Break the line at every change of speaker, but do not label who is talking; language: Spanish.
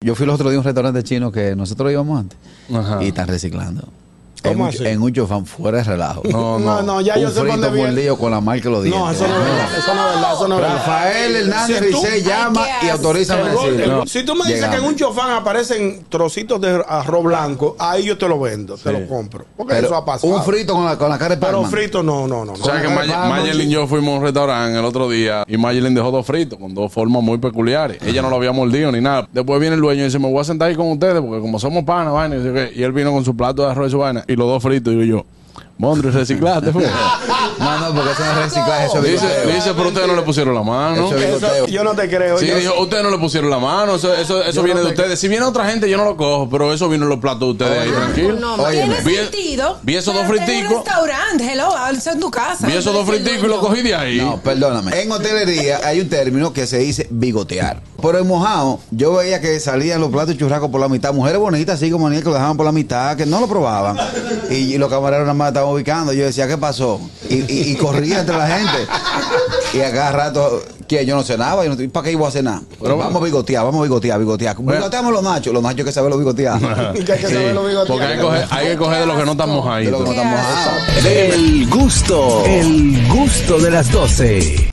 Yo fui los otros días a un restaurante chino que nosotros íbamos antes
Ajá.
y están reciclando. en,
¿Cómo
un,
así?
en un chofán fuera de relajo.
No, no.
No, no, ya
un
yo sé por
frito
dónde viene.
mordido con la marca de los dientes.
No, eso no es verdad, eso no es verdad, eso no es verdad.
Rafael Hernández
Si tú-
Licey llama
Ay, qué
y
asco.
autoriza a
El gol-
decir.
el-
no,
Si tú me dices que en
llegamos.
un chofán aparecen trocitos de arroz blanco, ahí yo te lo vendo, te lo compro. Porque
Pero
eso ha pasado.
Un frito con la, con la cara de
Pero
Pac-Man.
frito, no, no, no. no.
O sea que
Con
May-
hermano,
Mayelin
sí.
y yo fuimos a un restaurante el otro día y Mayelin dejó dos fritos con dos formas muy peculiares. Ella no lo había mordido ni nada. Después viene el dueño y dice, me voy a sentar ahí con ustedes porque como somos panas, vaina, y, no sé qué. Y él vino con su plato de arroz y su vaina y los dos fritos. Y yo, Mondre, reciclaste. fue?"
No, no, porque eso no es reciclaje, eso es
dice,
bigoteo.
dice, pero ustedes no le pusieron la mano.
Eso es bigoteo.
Eso, yo no te creo.
Sí,
yo-
dijo, ustedes no le pusieron la mano, eso, eso, eso viene de ustedes. Si viene otra gente, yo no lo cojo, pero eso vino en los platos de ustedes ahí, tranquilo.
Oh, No, no,
Óyeme.
tiene
Vi-
sentido.
vi esos dos
pero está en
friticos.
un restaurante, hello, alza en tu casa.
Vi esos dos
Entonces,
friticos y los
dueño.
cogí de ahí.
No, perdóname. En hotelería hay un término que se dice bigotear. Pero en mojado, yo veía que salían los platos de churrasco por la mitad. Mujeres bonitas, así como Aniel, que lo dejaban por la mitad, que no lo probaban. Y, y los camareros nada más estaban ubicando. Yo decía, ¿qué pasó? Y, y- y corría entre la gente. Y a cada rato, que yo no cenaba, yo no, ¿para qué iba a cenar?
Pero
vamos a bigotear, vamos a bigotear, bigotear. Bigoteamos los nachos, los nachos hay que saber los bigotear.
que hay que saber lo bigotear.
Porque hay que coger, hay que coger de los que no están
De lo que
mojaditos.
no
Qué
están mojados.
asco.
El gusto, el gusto de las doce.